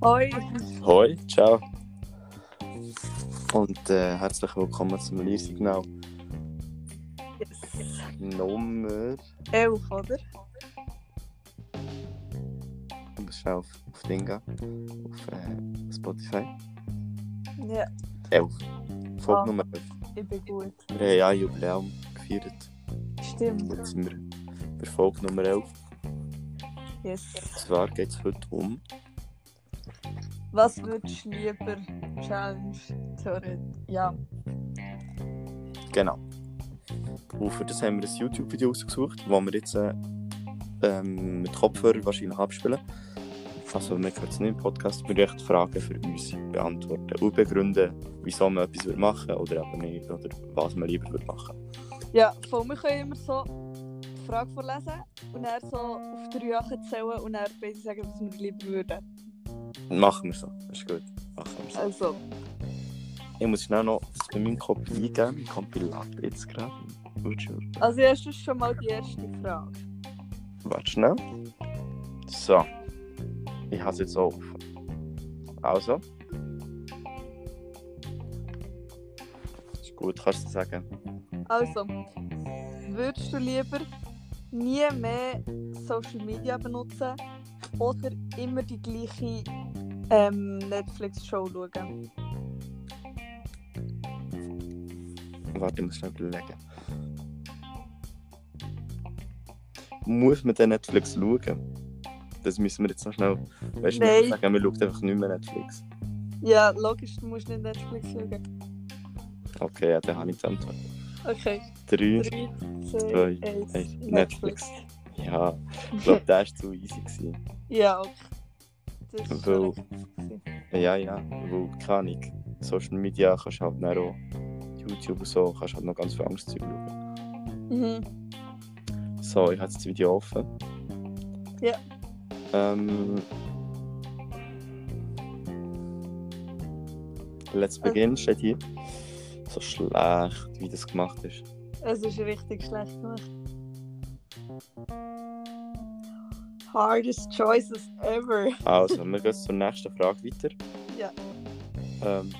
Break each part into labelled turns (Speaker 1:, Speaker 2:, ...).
Speaker 1: Hoi.
Speaker 2: Hoi, ciao. Und äh, herzlich willkommen zum Lehrsignal
Speaker 1: Yes.
Speaker 2: Nummer.
Speaker 1: Elf, oder?
Speaker 2: Du musst schnell auf, auf Ding gehen. Auf äh, Spotify.
Speaker 1: Ja,
Speaker 2: 11. Folge
Speaker 1: Ah.
Speaker 2: Nummer 11.
Speaker 1: ich bin gut.
Speaker 2: Wir haben ja ein Jubiläum gefeiert.
Speaker 1: Stimmt.
Speaker 2: Jetzt sind wir bei Folge Nummer 11. Und
Speaker 1: Yes.
Speaker 2: zwar geht es heute um.
Speaker 1: Was würdest du lieber? Challenge, theoretisch. Ja.
Speaker 2: Genau. Und für das haben wir ein YouTube-Video ausgesucht, das wir jetzt äh, ähm, mit Kopfhörer wahrscheinlich abspielen. Also, wir können es nicht im Podcast, wir möchten Fragen für uns beantworten und begründen, wieso man etwas würde machen oder eben nicht, oder was man lieber würde machen
Speaker 1: Ja, von mir können immer so die Frage vorlesen und dann so auf drei Sachen zählen und dann beide sagen, was wir lieber würden.
Speaker 2: Machen wir so, das ist gut. Machen wir so.
Speaker 1: Also,
Speaker 2: Ich muss schnell noch das bei meinem Kopf eingeben, mein Kompilat jetzt gerade. Gut, schon.
Speaker 1: als erstes also schon mal die erste Frage.
Speaker 2: Warte schnell. ne? So. Ich habe es jetzt auf. Also. Ist gut, kannst du sagen.
Speaker 1: Also, würdest du lieber nie mehr Social Media benutzen oder immer die gleiche ähm, Netflix-Show schauen?
Speaker 2: Warte, ich muss schnell überlegen. Muss man den Netflix schauen? Das müssen wir jetzt noch schnell. Weißt du,
Speaker 1: Nein.
Speaker 2: wir sagen, wir schauen einfach nicht mehr Netflix.
Speaker 1: Ja, logisch, du musst nicht Netflix schauen.
Speaker 2: Okay, ja, dann habe ich die Antwort.
Speaker 1: Okay,
Speaker 2: Drei.
Speaker 1: 3,
Speaker 2: Zwei,
Speaker 1: 2, 1,
Speaker 2: eins,
Speaker 1: Netflix.
Speaker 2: Ja, ich glaube, der war zu easy. Gewesen.
Speaker 1: Ja, okay. Das ist
Speaker 2: Weil-
Speaker 1: schon richtig.
Speaker 2: Ja, ja, weil, keine Ahnung, Social Media kannst du halt dann auch, YouTube und so, kannst du halt noch ganz viel anderes Zeug schauen.
Speaker 1: Mhm.
Speaker 2: So, ich habe jetzt das Video offen.
Speaker 1: Ja.
Speaker 2: Ähm...
Speaker 1: Äh.
Speaker 2: Let's begin steht hier. So schlecht, wie das gemacht ist.
Speaker 1: Es ist richtig schlecht gemacht. Hardest choices ever.
Speaker 2: Also, wir gehen zur nächsten Frage weiter.
Speaker 1: Ja.
Speaker 2: Ähm,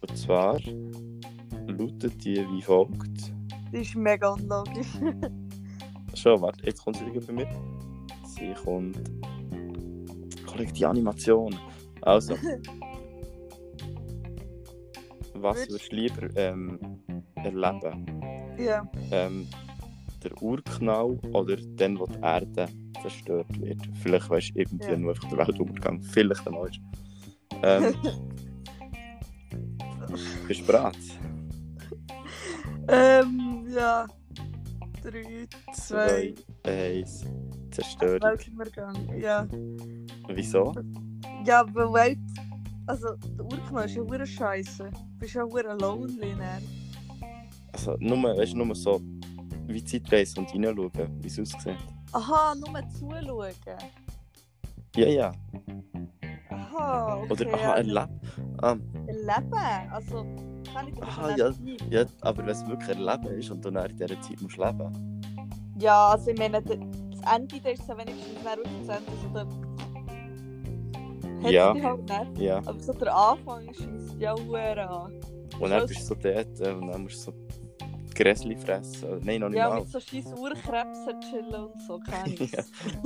Speaker 2: und zwar lautet die wie folgt.
Speaker 1: Das ist mega unlogisch.
Speaker 2: Schon, warte, jetzt kommt sie wieder bei mir. Sie kommt. Kollege, die Animation. Also. Was
Speaker 1: Würdest-
Speaker 2: würdest du lieber ähm, erleben?
Speaker 1: Ja.
Speaker 2: Ähm, der Urknall oder dann, wo die Erde zerstört wird? Vielleicht weißt du irgendwie
Speaker 1: Ja.
Speaker 2: nur einfach der Weltuntergang. Vielleicht einmal. Ähm, bist du bereit?
Speaker 1: Ähm, ja. 3, 2,
Speaker 2: Eins. Zerstörung.
Speaker 1: Weltuntergang. Ja.
Speaker 2: Wieso?
Speaker 1: Ja, weil Welt. Also, der Urknall ist ja hure scheiße. Du bist ja hure lonely, ne?
Speaker 2: Also, nur, weißt, nur so wie Zeitreise und reinschauen, wie es aussieht.
Speaker 1: Aha, nur zuschauen.
Speaker 2: Ja, ja.
Speaker 1: Aha, okay.
Speaker 2: Oder, aha,
Speaker 1: ja. genau.
Speaker 2: erlebt. Ah,
Speaker 1: Leben. Also, kann ich das
Speaker 2: Aha,
Speaker 1: nicht
Speaker 2: ja.
Speaker 1: sein?
Speaker 2: ja, aber wenn es wirklich erleben ist und du dann in dieser Zeit musst leben.
Speaker 1: Ja, also, ich meine, d- das Ende da ist ja wenigstens mehr wirklich das Ende. So der... Hätte
Speaker 2: Ja.
Speaker 1: ich halt nicht.
Speaker 2: Ja.
Speaker 1: Aber so der Anfang scheisst ja hure
Speaker 2: Oh,
Speaker 1: an.
Speaker 2: Und dann bist du so dort äh, und dann musst du so Gräsli fressen. Äh, Nein, noch nicht
Speaker 1: Ja,
Speaker 2: mal.
Speaker 1: mit so scheiß Urkrebsen chillen und so, keine ich.
Speaker 2: Ja.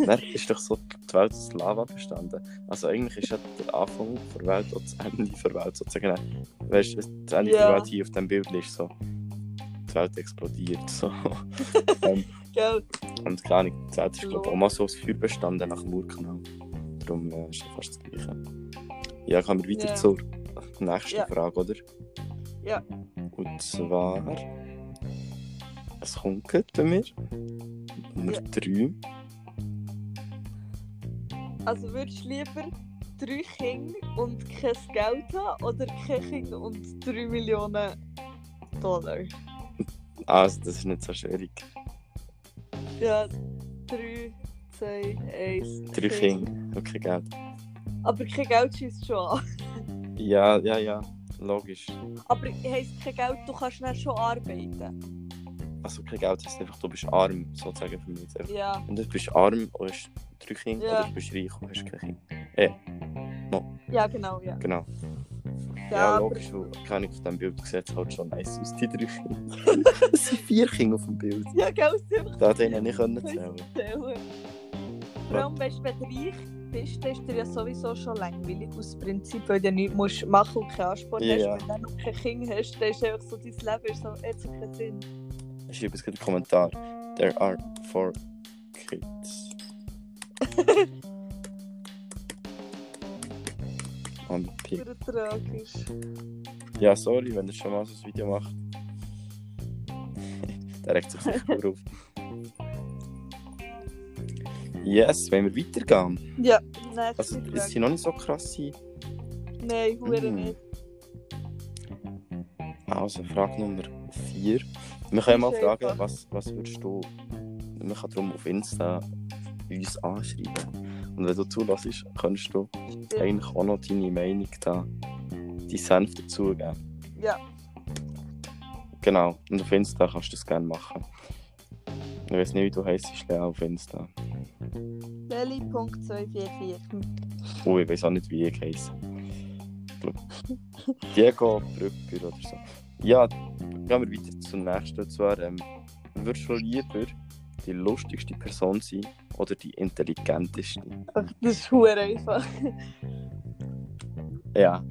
Speaker 2: Dann ist doch so die Welt aus Lava bestanden. Also eigentlich ist ja der Anfang der Welt und das Ende der Welt sozusagen. Weißt du, das Ende
Speaker 1: Ja.
Speaker 2: der Welt hier auf dem Bild ist so. Die Welt explodiert so.
Speaker 1: Gell?
Speaker 2: Und keine Ahnung, die Welt ist glaube ich
Speaker 1: Lol.
Speaker 2: auch mal so aus Feuer bestanden nach dem Urknall. Darum äh, ist ja fast das Gleiche. Ja, kommen wir weiter
Speaker 1: Ja.
Speaker 2: zur nächsten
Speaker 1: Ja.
Speaker 2: Frage, oder?
Speaker 1: Ja.
Speaker 2: Und zwar... Es kommt gerade bei mir. Nummer
Speaker 1: Ja.
Speaker 2: 3.
Speaker 1: Also würdest du lieber drei Kinder und kein Geld haben oder kein Kind und 3 Millionen Dollar?
Speaker 2: Also, das ist nicht so schwierig.
Speaker 1: Ja, 3, 2, 1.
Speaker 2: Drei Kinder. Okay, Geld.
Speaker 1: Aber kein Geld schießt schon an.
Speaker 2: Ja, ja, ja. Logisch.
Speaker 1: Aber heisst kein Geld, du kannst dann schon arbeiten.
Speaker 2: Also kein Geld heisst einfach, du bist arm, sozusagen für mich. jetzt einfach.
Speaker 1: Ja.
Speaker 2: Und du bist arm und hast drei Kinder
Speaker 1: Ja.
Speaker 2: oder du bist reich und hast kein Kind. Eh. No.
Speaker 1: Ja, genau, ja.
Speaker 2: Genau.
Speaker 1: Ja,
Speaker 2: Ja,
Speaker 1: aber-
Speaker 2: logisch, weil kann ich auf dem Bild sieht es halt schon nice aus, die drei Kinder. es sind vier Kinder auf dem Bild.
Speaker 1: Ja, gell, es ist einfach
Speaker 2: Da hätte ich nicht können zählen.
Speaker 1: zählen. Vor allem, weißt du, wenn du reich bist, dann ist dir ja sowieso schon langweilig aus Prinzip, weil du nichts musst machen und keinen Ansport
Speaker 2: Ja,
Speaker 1: hast.
Speaker 2: ja.
Speaker 1: Wenn du dann noch kein Kind hast, dann ist einfach so, dein Leben ist so, jetzt keinen Sinn.
Speaker 2: Ich schreibe jetzt gerade einen Kommentar. There are four kids. Und Pick.
Speaker 1: Für tragisch.
Speaker 2: Ja, sorry, wenn ihr schon mal so ein Video macht. Der regt sich sicher auf. Yes, wenn wir weitergehen.
Speaker 1: Ja, nein,
Speaker 2: Also,
Speaker 1: für
Speaker 2: es
Speaker 1: tragisch.
Speaker 2: sind noch nicht so krasse.
Speaker 1: Nein, hure
Speaker 2: Mm.
Speaker 1: nicht.
Speaker 2: Also, Frage Nummer 4. Wir können mal
Speaker 1: Ist
Speaker 2: fragen,
Speaker 1: einfach.
Speaker 2: was, was würdest du. Man kann darum auf Insta uns anschreiben. Und wenn du zulässt, kannst du eigentlich auch noch deine Meinung da, die Senf dazugeben.
Speaker 1: Ja.
Speaker 2: Genau, und auf Insta kannst du das gerne machen. Ich weiß nicht, wie du heisst, Lea auf Insta.
Speaker 1: Belly.244.
Speaker 2: Oh, ich weiß auch nicht, wie ich heiße. Ich glaub, Diego Brücker oder so. Ja, gehen wir weiter zum nächsten. Und zwar, ähm, würdest du lieber die lustigste Person sein oder die intelligenteste?
Speaker 1: Ach, das ist hure einfach.
Speaker 2: Ja,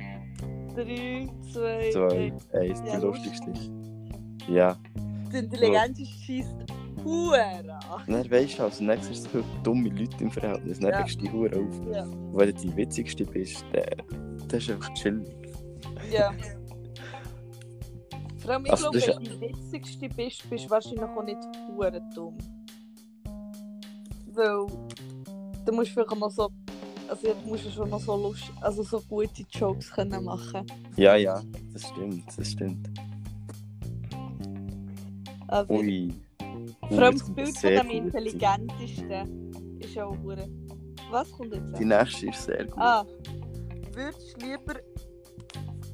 Speaker 1: 3, 2,
Speaker 2: zwei, eins, die
Speaker 1: Ja,
Speaker 2: lustigste. Ja.
Speaker 1: Die Intelligenz ist scheisst hure an.
Speaker 2: Dann weißt du, als nächstes so viele dumme Leute im Verhältnis. Dann
Speaker 1: Ja.
Speaker 2: regst du die Hure auf.
Speaker 1: Ja.
Speaker 2: Und Wenn du die witzigste bist, dann, dann ist einfach chillig.
Speaker 1: Ja. Vor allem, ich
Speaker 2: Also,
Speaker 1: glaube,
Speaker 2: das ist
Speaker 1: wenn du die witzigste bist, bist du wahrscheinlich auch nicht hure dumm. Weil du musst vielleicht auch noch so. Also ja, du musst ja schon noch so lust, also so gute Jokes können machen.
Speaker 2: Ja, ja, das stimmt, das stimmt.
Speaker 1: Aber
Speaker 2: Ui.
Speaker 1: Also, vor allem
Speaker 2: jetzt
Speaker 1: das
Speaker 2: kommt
Speaker 1: Bild von
Speaker 2: sehr
Speaker 1: dem
Speaker 2: gut.
Speaker 1: intelligentesten ist ja auch hure. Was kommt jetzt?
Speaker 2: Die nächste ist sehr gut.
Speaker 1: Ah, würdest du lieber.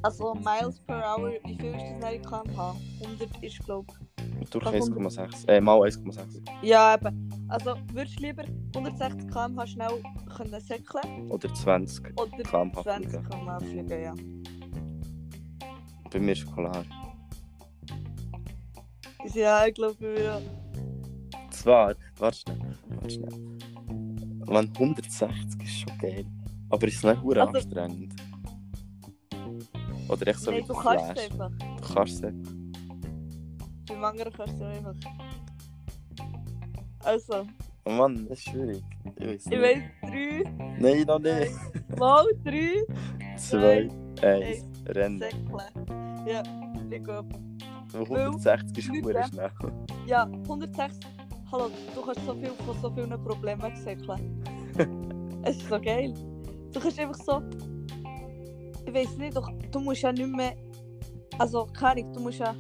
Speaker 1: Also Miles per Hour, wie viel ist das denn in kmh? 100 ist, glaube
Speaker 2: Durch
Speaker 1: da kommt-
Speaker 2: 1,6. Äh, mal 1,6.
Speaker 1: ich. Ja, eben. Also würdest du lieber 160 km/h schnell können säckeln
Speaker 2: Oder 20.
Speaker 1: oder 20
Speaker 2: kmh fliegen.
Speaker 1: km/h fliegen? Ja.
Speaker 2: Bei mir ist klar.
Speaker 1: Dus ja, ich glaube, ja.
Speaker 2: Zwar, warte schnell, warte schnell. Wenn 160 ist schon geil. Aber ist es nicht hure
Speaker 1: Also-
Speaker 2: anstrengend? Oder echt so
Speaker 1: Nein,
Speaker 2: wie
Speaker 1: du
Speaker 2: der
Speaker 1: kannst es
Speaker 2: Flash.
Speaker 1: einfach.
Speaker 2: Du kannst es
Speaker 1: Beim anderen kannst du es einfach. Also,
Speaker 2: Oh Mann, das ist schwierig. Ich weiß
Speaker 1: ich
Speaker 2: nicht.
Speaker 1: weiß 3,
Speaker 2: Nein, noch nicht.
Speaker 1: mal 3,
Speaker 2: Zwei, eins,
Speaker 1: eins,
Speaker 2: rennen.
Speaker 1: säckeln. Ja, ich glaube.
Speaker 2: 160 ist
Speaker 1: Fünf
Speaker 2: gut
Speaker 1: Minuten.
Speaker 2: schnell.
Speaker 1: Ja, 106. Hallo, du kannst so viel von so vielen Problemen gesehen. es ist so geil. Du kannst einfach so. Ich weiß nicht, doch du musst ja nicht mehr. Also, keine Ahnung, du musst ja.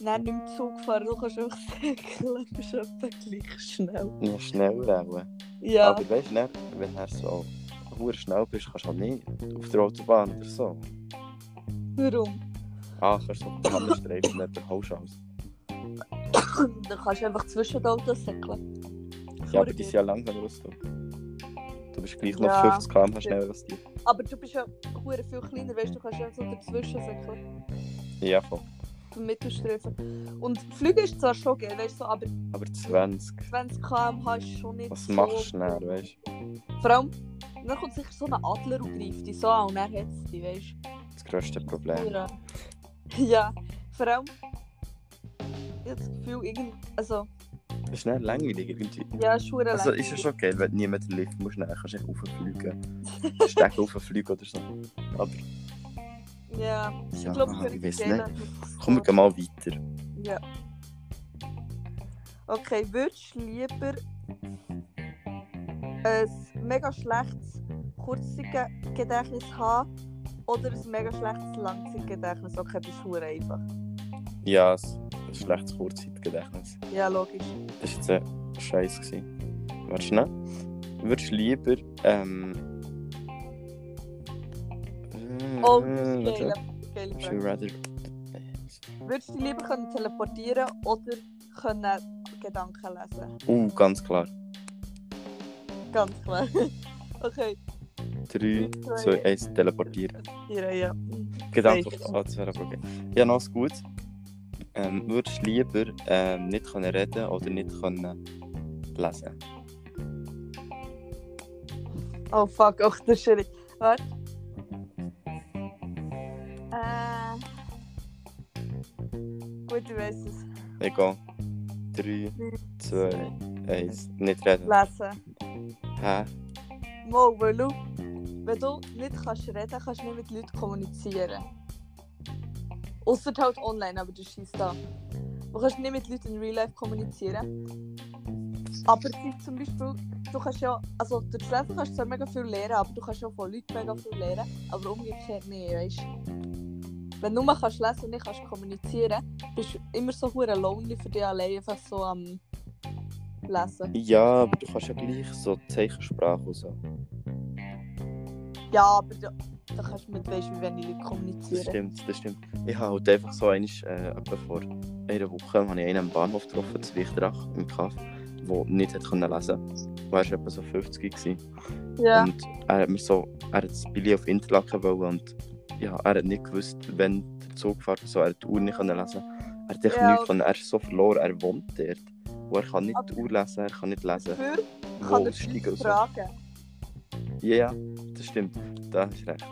Speaker 1: Nein, nicht mehr Zug fahren. Du kannst einfach säckeln. Du bist etwa gleich schnell.
Speaker 2: Ja, schneller auch.
Speaker 1: Ja,
Speaker 2: Aber weißt du, nicht, wenn du so hure schnell bist, kannst du halt nicht auf der Autobahn oder so.
Speaker 1: warum?
Speaker 2: Ah, kannst du so einen Streifen nicht überholst du alles.
Speaker 1: Dann kannst du einfach zwischen den Autos säckeln.
Speaker 2: Ja, aber die sind ja langsam als du. Du bist gleich noch
Speaker 1: Ja,
Speaker 2: 50 km schneller als die.
Speaker 1: Aber du bist ja hure viel kleiner, weißt du, du kannst ja so dazwischen säckeln.
Speaker 2: Ja, voll.
Speaker 1: vom Mittelstreifen. Und Flüge ist zwar schon geil, weißt du, aber
Speaker 2: Aber 20.
Speaker 1: 20 km/h ist schon nicht
Speaker 2: Was
Speaker 1: so...
Speaker 2: machst du schnell, weißt du?
Speaker 1: Vor allem, dann kommt sicher so ein Adler und greift dich so an und dann hat es dich, weißt
Speaker 2: Das grösste
Speaker 1: du.
Speaker 2: Problem.
Speaker 1: Ja. ja, vor allem... Ich habe das Gefühl, irgend... Also,
Speaker 2: Das ist nicht langweilig irgendwie.
Speaker 1: ja, es ist verdammt
Speaker 2: Also ist ja
Speaker 1: langweilig.
Speaker 2: schon geil, wenn niemand den Lift muss, dann kannst du echt rauffliegen. Stecken rauffliegen oder so. Aber
Speaker 1: Ja,
Speaker 2: Ja,
Speaker 1: ich glaube,
Speaker 2: ich
Speaker 1: ich
Speaker 2: weiß
Speaker 1: geil,
Speaker 2: komm, wir gehen mal weiter.
Speaker 1: Ja. Okay, würdest du lieber ein mega schlechtes Kurzzeitgedächtnis haben oder ein mega schlechtes Langzeitgedächtnis? Okay, das ist verdammt einfach.
Speaker 2: Ja, es es ist ein schlechtes Kurzzeitgedächtnis.
Speaker 1: Ja, logisch.
Speaker 2: Das war jetzt ein Scheiß. Gewesen. Warte schnell. Würdest du lieber. Ähm. äh,
Speaker 1: Oh,
Speaker 2: warte,
Speaker 1: geile, geile
Speaker 2: Would you
Speaker 1: Frage.
Speaker 2: rather.
Speaker 1: Würdest du lieber können teleportieren oder können Gedanken lesen?
Speaker 2: Uh, ganz klar.
Speaker 1: Ganz klar. okay.
Speaker 2: 3, 2, 1, teleportieren.
Speaker 1: Ja, ja.
Speaker 2: Gedankt
Speaker 1: Zeker.
Speaker 2: auf ah, das wäre aber okay. Ja, noch gut. Ähm, würdest du lieber ähm, nicht können reden oder nicht können lesen?
Speaker 1: Oh fuck, auch das ist schwierig. Warte. Äh. Gut, ich weiß es.
Speaker 2: Egal. 3, 2, 1, nicht reden.
Speaker 1: Lesen.
Speaker 2: Hä?
Speaker 1: Mal, weil du, wenn du nicht kannst reden kannst du nicht mit Leuten kommunizieren. Außer halt online, aber das ist da. Du kannst nicht mit Leuten in Real Life kommunizieren. Aber sie zum Beispiel, du kannst ja, also durch das Lesen kannst du zwar mega viel lernen, aber du kannst ja von Leuten mega viel lernen, aber umgekehrt nicht, weißt du? Wenn du nur kannst lesen und nicht kannst kommunizieren, bist du immer so hure lonely für dich allein, einfach so am Lesen.
Speaker 2: Ja, aber du kannst ja gleich so Zeichensprache und so.
Speaker 1: Ja, aber da, da kannst du mit weißt, wie wenn ich Leute
Speaker 2: Das
Speaker 1: kommunizieren.
Speaker 2: stimmt, das stimmt. Ich habe halt einfach so einmal, äh, etwa vor einer Woche, habe ich einen am Bahnhof getroffen, zu Wichterach, im Kaff, der nicht hat können lesen konnte. Er war etwa so 50 gewesen.
Speaker 1: Ja.
Speaker 2: Und er hat mir so, er hat das Billy auf Interlaken wollen und ja, er hat nicht gewusst, wenn der Zug fährt, so, er hat die Uhr nicht können lesen. Er hat echt
Speaker 1: Ja.
Speaker 2: nichts können, er ist so verloren, er wohnt dort. Und er kann nicht die
Speaker 1: Aber-
Speaker 2: Uhr lesen, er kann nicht lesen.
Speaker 1: Dafür kann
Speaker 2: Wo
Speaker 1: er
Speaker 2: aussteigen und
Speaker 1: dich
Speaker 2: so.
Speaker 1: fragen.
Speaker 2: Ja, ja, das stimmt, da hast du recht.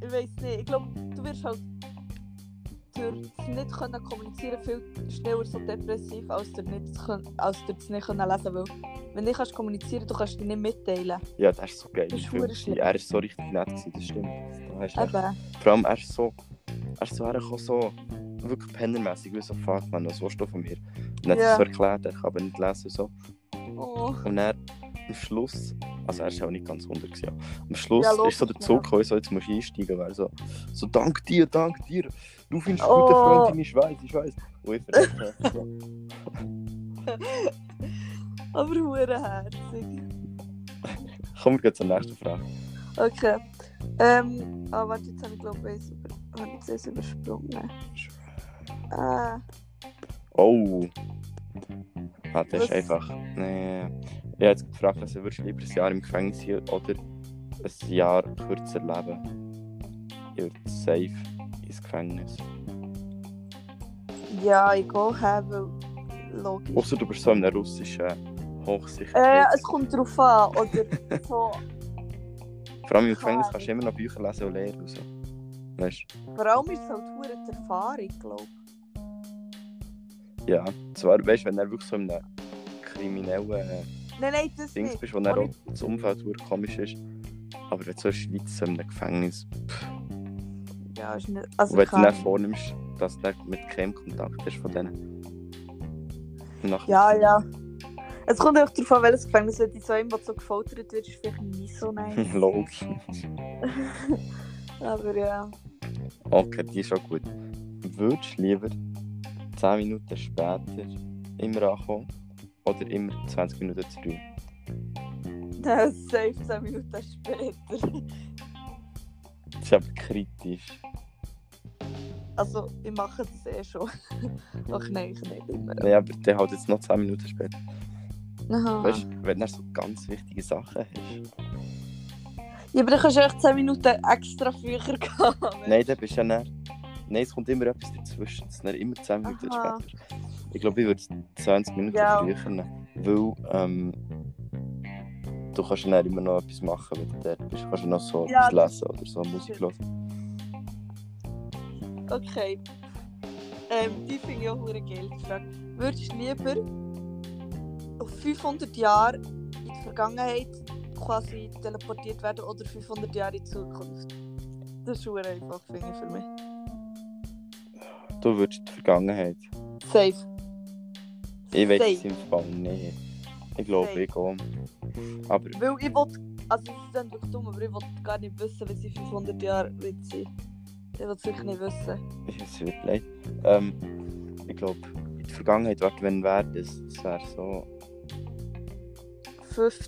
Speaker 1: Ich weiß nicht, ich glaube, du wirst halt durch das nicht können kommunizieren viel schneller so depressiv, als durch nicht zu können- als durch das nicht können lesen weil Wenn du nicht kannst kommunizieren du kannst dich nicht mitteilen.
Speaker 2: Ja, das ist so geil.
Speaker 1: Das ist
Speaker 2: im Film.
Speaker 1: verdammt schlimm.
Speaker 2: Er ist so richtig nett, gewesen, das stimmt. Da hast du recht.
Speaker 1: Eben.
Speaker 2: Vor allem, er ist so. Er ist so, er kann so wirklich pennermässig, wie so, fuck man, was willst du von mir? Und er hat
Speaker 1: Ja.
Speaker 2: es so erklärt, er kann aber nicht lesen und so.
Speaker 1: Oh,
Speaker 2: Und er am Schluss, also er ist auch nicht ganz runter gewesen, ja. am Schluss
Speaker 1: Ja, logisch,
Speaker 2: ist so der
Speaker 1: ja.
Speaker 2: Zug gekommen, so, jetzt musst du einsteigen, weil so, so, dank dir, dank dir, du findest
Speaker 1: Oh.
Speaker 2: gute Freundin, ich weiß, ich weiß. Und ich verrückt, so.
Speaker 1: aber hure herzig.
Speaker 2: Kommen wir gleich zur nächsten Frage.
Speaker 1: Okay. Ähm, ah, warte, jetzt habe ich glaube ich eins über, habe ich jetzt eins übersprungen. Ah,
Speaker 2: Oh. Ah, das
Speaker 1: Was?
Speaker 2: ist einfach. Nee. Ich habe jetzt gefragt, also würdest du lieber ein Jahr im Gefängnis hier oder ein Jahr kürzer leben? Ich würde safe ins Gefängnis.
Speaker 1: ja, ich gehe her, weil logisch.
Speaker 2: Außer du bist so in einer russischen
Speaker 1: Äh,
Speaker 2: Hochsicherheit.
Speaker 1: es kommt drauf an, oder so.
Speaker 2: Vor allem im Gefängnis kannst du immer noch Bücher lesen und lernen. Und so. Weißt
Speaker 1: Vor allem ist es halt verdammt die Erfahrung, glaube ich.
Speaker 2: du? Ja. Zwar, weißt du, wenn du wirklich so in einem kriminellen äh,
Speaker 1: Nein, nein, das
Speaker 2: Dings
Speaker 1: Hm. nicht.
Speaker 2: bist, wo dann auch das Umfeld verdammt komisch ist. Aber wenn du so in der Schweiz so in einem Gefängnis
Speaker 1: Ja, ist nicht.
Speaker 2: Und
Speaker 1: Also,
Speaker 2: wenn du
Speaker 1: klar.
Speaker 2: dann vornimmst, dass du dann mit keinem Kontakt hast von denen. Und nachher-
Speaker 1: Ja, ja. Es kommt auch darauf an, welches Gefängnis. Wenn du so immer so gefoltert wirst, ist vielleicht nicht so nice.
Speaker 2: Logisch.
Speaker 1: Aber ja.
Speaker 2: Okay, die ist auch gut. Würdest du lieber 10 Minuten später immer ankommen oder immer 20 Minuten zu früh?
Speaker 1: Dann safe 10 Minuten später.
Speaker 2: Das ist aber kritisch.
Speaker 1: Also, ich mache das eh schon. Ach nein, ich nicht immer.
Speaker 2: Nein, aber der halt jetzt noch 10 Minuten später.
Speaker 1: Aha.
Speaker 2: Weißt du, wenn du dann so ganz wichtige Sachen hast.
Speaker 1: Ja, aber dann kannst du echt 10 Minuten extra früher gehen.
Speaker 2: Nein, dann bist du ja dann. Nein, es kommt immer etwas dazwischen. Es ist dann immer 10 Minuten
Speaker 1: Aha.
Speaker 2: später. Ich glaube, ich würde 20 Minuten
Speaker 1: Ja.
Speaker 2: früher nehmen. Weil ähm, du kannst dann immer noch etwas machen, wenn du dort bist. Du kannst noch so
Speaker 1: Ja,
Speaker 2: etwas lesen oder so Musik hören.
Speaker 1: Okay. Ähm, die finde ich auch eine geile Frage. Würdest du lieber auf 500 Jahre in die Vergangenheit quasi teleportiert werden oder 500 Jahre in die Zukunft? Das ist sehr einfach, finde ich, für mich.
Speaker 2: Du würdest die Vergangenheit.
Speaker 1: Safe.
Speaker 2: Ich weiß
Speaker 1: Safe.
Speaker 2: es im Fall nicht. Ich glaube,
Speaker 1: Safe.
Speaker 2: ich gehe. Aber
Speaker 1: Weil ich will, also es ist wirklich dumm, aber ich will gar nicht wissen, wie sie 500 Jahre wird sein. Ich will es wirklich nicht wissen.
Speaker 2: es wird leid. Ähm, ich glaube, in der Vergangenheit, warte, wenn wäre das, das wäre so. Ich darf nicht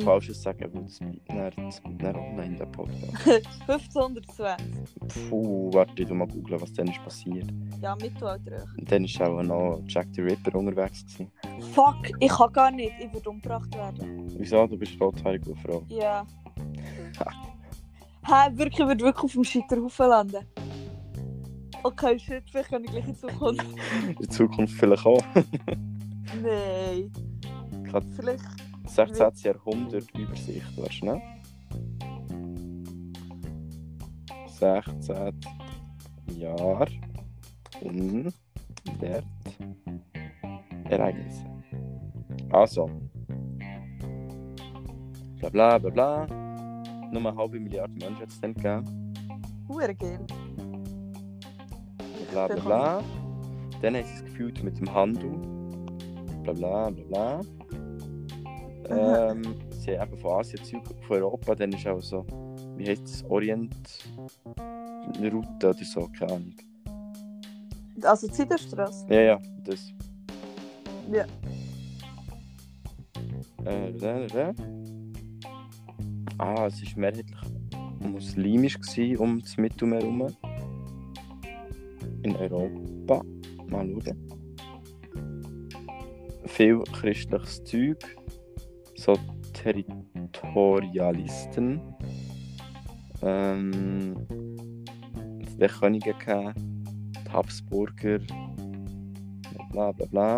Speaker 1: 1500,
Speaker 2: Falsches sagen, weil das bleibt dann- das bleibt dann online der Podcast.
Speaker 1: 1520.
Speaker 2: Puh, warte, ich tu mal googeln, was dann ist passiert.
Speaker 1: Ja, Mittelalter.
Speaker 2: Und dann war auch noch Jack the Ripper unterwegs. Gewesen.
Speaker 1: Fuck, ich kann gar nicht. Ich würde umgebracht werden.
Speaker 2: Wieso? Du bist rothaarig und Frau.
Speaker 1: Ja. Hä, wirklich, wird wirklich auf dem Scheiterhaufen landen. Okay, shit, vielleicht kann ich gleich in Zukunft.
Speaker 2: In Zukunft vielleicht auch.
Speaker 1: Nein.
Speaker 2: Klar.
Speaker 1: Vielleicht.
Speaker 2: 16. Jahrhundert Übersicht, weißt du, ne? 16. Jahr und dort Ereignisse. Also. Bla bla bla bla. Nur eine halbe Milliarde Menschen hat es dann gegeben.
Speaker 1: Huere geil.
Speaker 2: Bla bla bla. Dann haben sie es gefühlt mit dem Handel. Bla bla bla bla.
Speaker 1: Aha.
Speaker 2: Ähm, sie haben eben von Asien Zeug von Europa, dann ist auch so, wie heißt das, Orient Route oder so, keine Ahnung.
Speaker 1: Also Ziderstrasse.
Speaker 2: Ja, ja, das.
Speaker 1: Ja.
Speaker 2: Äh, da, da. Ah, es war mehrheitlich muslimisch gewesen, um das Mittelmeer herum. In Europa. Mal schauen. Viel christliches Zeug. So Territorialisten. Ähm. es hat Könige gegeben. Die Habsburger. Bla bla bla.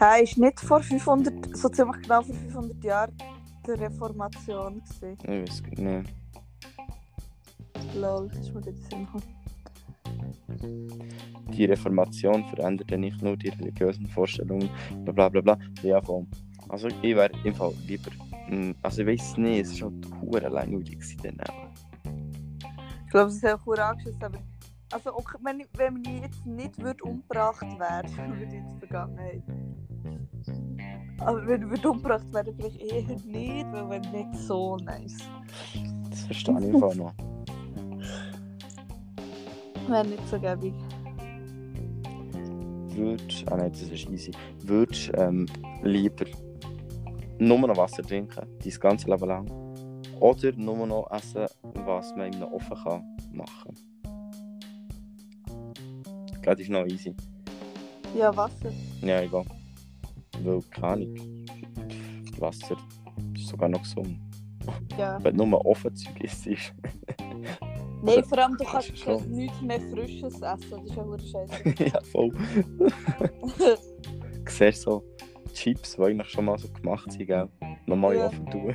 Speaker 1: Hä, ist nicht vor 500, so ziemlich genau vor 500 Jahren der Reformation gewesen.
Speaker 2: Ich weiß nicht. mehr.
Speaker 1: Lol, dus das ist mir jetzt Sinn gekommen.
Speaker 2: Die Reformation veränderte nicht nur die religiösen Vorstellungen, bla bla bla bla. Ja, voll. Also ich wäre im Fall lieber. mm, Also ich weiß nicht, es war halt hure langweilig gewesen dann auch.
Speaker 1: Ich glaube, es ist auch gut angeschissen, aber... Also, okay, wenn, ich- wenn ich jetzt nicht würd umgebracht werden würde in der Vergangenheit. Aber wenn ich würd umgebracht werden, vielleicht eher nicht, weil wenn nicht so nice.
Speaker 2: Das verstehe ich im Fall noch.
Speaker 1: Wäre nicht so gäbig.
Speaker 2: Würdest. Ah nein, das ist easy. Würdest ähm, lieber nur noch Wasser trinken, dein ganze Leben lang. Oder nur noch essen, was man in einem Ofen kann machen. Ich glaube, das ist noch easy.
Speaker 1: Ja, Wasser.
Speaker 2: Ja, egal. Weil, keine
Speaker 1: Hm.
Speaker 2: Ahnung. Pff, Wasser ist sogar noch gesund.
Speaker 1: Ja.
Speaker 2: Wenn du nur offen Zeug isst, ist.
Speaker 1: Nein, vor allem, du kannst,
Speaker 2: Schon.
Speaker 1: kannst nichts mehr Frisches essen. Das ist ja verdammt scheiße.
Speaker 2: ja, voll. Du siehst so Chips, die eigentlich schon mal so gemacht sind, gell? Nochmal
Speaker 1: Ja.
Speaker 2: offen tun.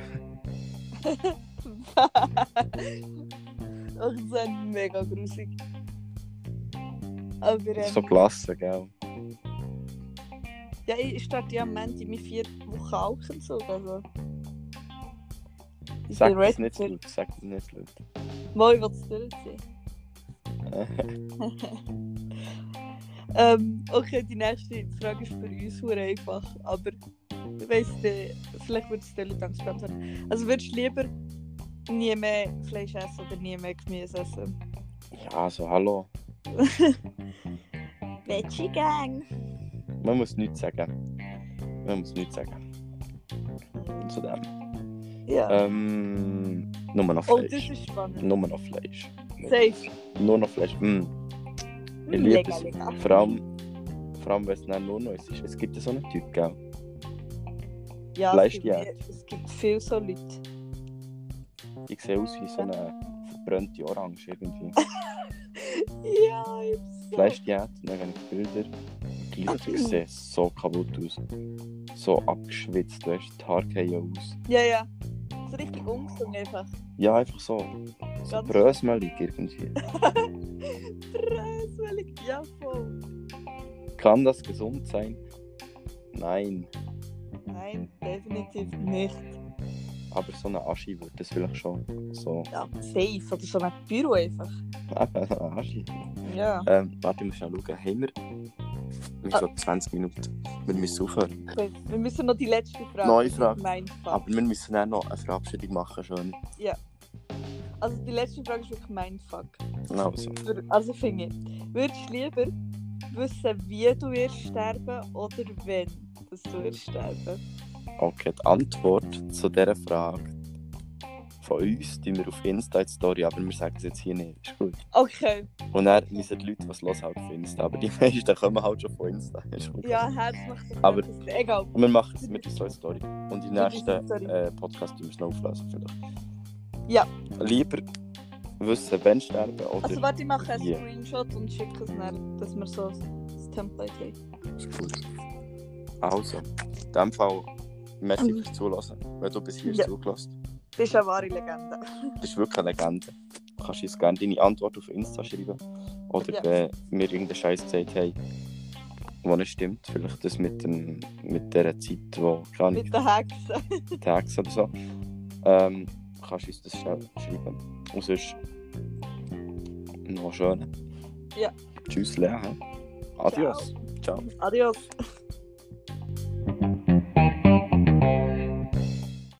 Speaker 1: Ach, das ist Oh, mega grusig. Aber ähm,
Speaker 2: So gelassen, gell?
Speaker 1: ja, ich starte ja am Montag meine vier Wochen Alkenzug. Also. Ich
Speaker 2: Sag
Speaker 1: bin
Speaker 2: das
Speaker 1: ready
Speaker 2: nicht
Speaker 1: für-
Speaker 2: laut, sag das nicht laut.
Speaker 1: Mal, ich will es durchziehen. Ähm, okay, die nächste Frage ist für uns sehr einfach, aber ich weiss nicht, vielleicht wird es dir Leute Angst beantworten. Also würdest du lieber nie mehr Fleisch essen oder nie mehr Gemüse essen?
Speaker 2: ja, so hallo.
Speaker 1: Veggie Gang!
Speaker 2: Man muss nichts sagen. Man muss nichts sagen. Zu dem.
Speaker 1: Ja.
Speaker 2: Eh, Ähm, nur noch
Speaker 1: oh, das
Speaker 2: Fleisch.
Speaker 1: ist spannend.
Speaker 2: Nur noch Fleisch.
Speaker 1: Safe.
Speaker 2: Nur noch Fleisch. Mm. Ich liebe
Speaker 1: Mega,
Speaker 2: es.
Speaker 1: mega.
Speaker 2: Vor allem, vor allem wenn es dann nur neues ist. Es gibt ja so einen Typ, gell?
Speaker 1: Ja,
Speaker 2: Fleisch,
Speaker 1: es gibt,
Speaker 2: ja.
Speaker 1: es gibt viele so Leute.
Speaker 2: Ich sehe aus wie so eine verbrannte Orange irgendwie.
Speaker 1: Ja, ich hab's so.
Speaker 2: Fleischdiät, dann habe ich Bilder. Und Die Leute sehen so kaputt aus. So abgeschwitzt, weißt du, die Haare fallen aus.
Speaker 1: Ja, ja. So richtig ungesund einfach.
Speaker 2: Ja, einfach so. So
Speaker 1: Ganz-
Speaker 2: brösmelig irgendwie.
Speaker 1: Tröselig, ja voll.
Speaker 2: Kann das gesund sein? Nein.
Speaker 1: Nein, definitiv nicht.
Speaker 2: Aber so eine Aschi wird das vielleicht schon. So.
Speaker 1: Ja, safe. Oder so ein Büro einfach.
Speaker 2: Eben, eine Aschi.
Speaker 1: Ja.
Speaker 2: Ähm, warte, ich muss schnell schauen. Haben wir? Wir haben schon 20 Minuten. Wir müssen aufhören.
Speaker 1: Okay, wir müssen noch die letzte Frage.
Speaker 2: Neue
Speaker 1: das ist
Speaker 2: Frage.
Speaker 1: Mein Fuck.
Speaker 2: Aber wir müssen dann noch eine Verabschiedung machen schon.
Speaker 1: Also die letzte Frage ist wirklich mein Fuck.
Speaker 2: Also,
Speaker 1: Für- Also finde ich, würdest du lieber wissen, wie du wirst sterben oder wenn dass du wirst sterben?
Speaker 2: okay, die Antwort zu dieser Frage von uns tun wir auf Insta in die Story, aber wir sagen es jetzt hier nicht. Ist gut.
Speaker 1: Okay.
Speaker 2: Und dann müssen die Leute, was los halt auf Insta. Aber die meisten kommen halt schon von Insta. Ist gut.
Speaker 1: Ja, Herz macht doch
Speaker 2: Aber-
Speaker 1: etwas. Egal.
Speaker 2: Und wir machen es mit unserer Story. Und
Speaker 1: Mit
Speaker 2: im
Speaker 1: unserer
Speaker 2: nächsten
Speaker 1: Story.
Speaker 2: äh, Podcast tun wir es noch auflösen vielleicht.
Speaker 1: Ja.
Speaker 2: Lieber wissen, wenn sterben oder.
Speaker 1: Also warte, ich mache einen
Speaker 2: Ja.
Speaker 1: Screenshot und schicke es dann, dass wir so das Template haben.
Speaker 2: Ist gut. Also, in dem Fall, merci
Speaker 1: Mhm.
Speaker 2: fürs Zulassen. Wenn du bis hier
Speaker 1: Ja.
Speaker 2: zugelassen
Speaker 1: Du bist eine wahre Legende.
Speaker 2: hast. Das ist wirklich eine Legende. Du kannst uns gerne deine Antwort auf Insta schreiben. Oder
Speaker 1: Ja.
Speaker 2: wenn wir irgendeinen Scheiß gesagt haben, der nicht stimmt. Vielleicht das mit, dem, mit der Zeit, wo keine
Speaker 1: Mit den Hexen.
Speaker 2: Tags oder so. Ähm, kannst du uns das schnell schreiben. Und sonst noch schön.
Speaker 1: Ja.
Speaker 2: Tschüss, Lea. Adios. Ciao.
Speaker 1: Adios.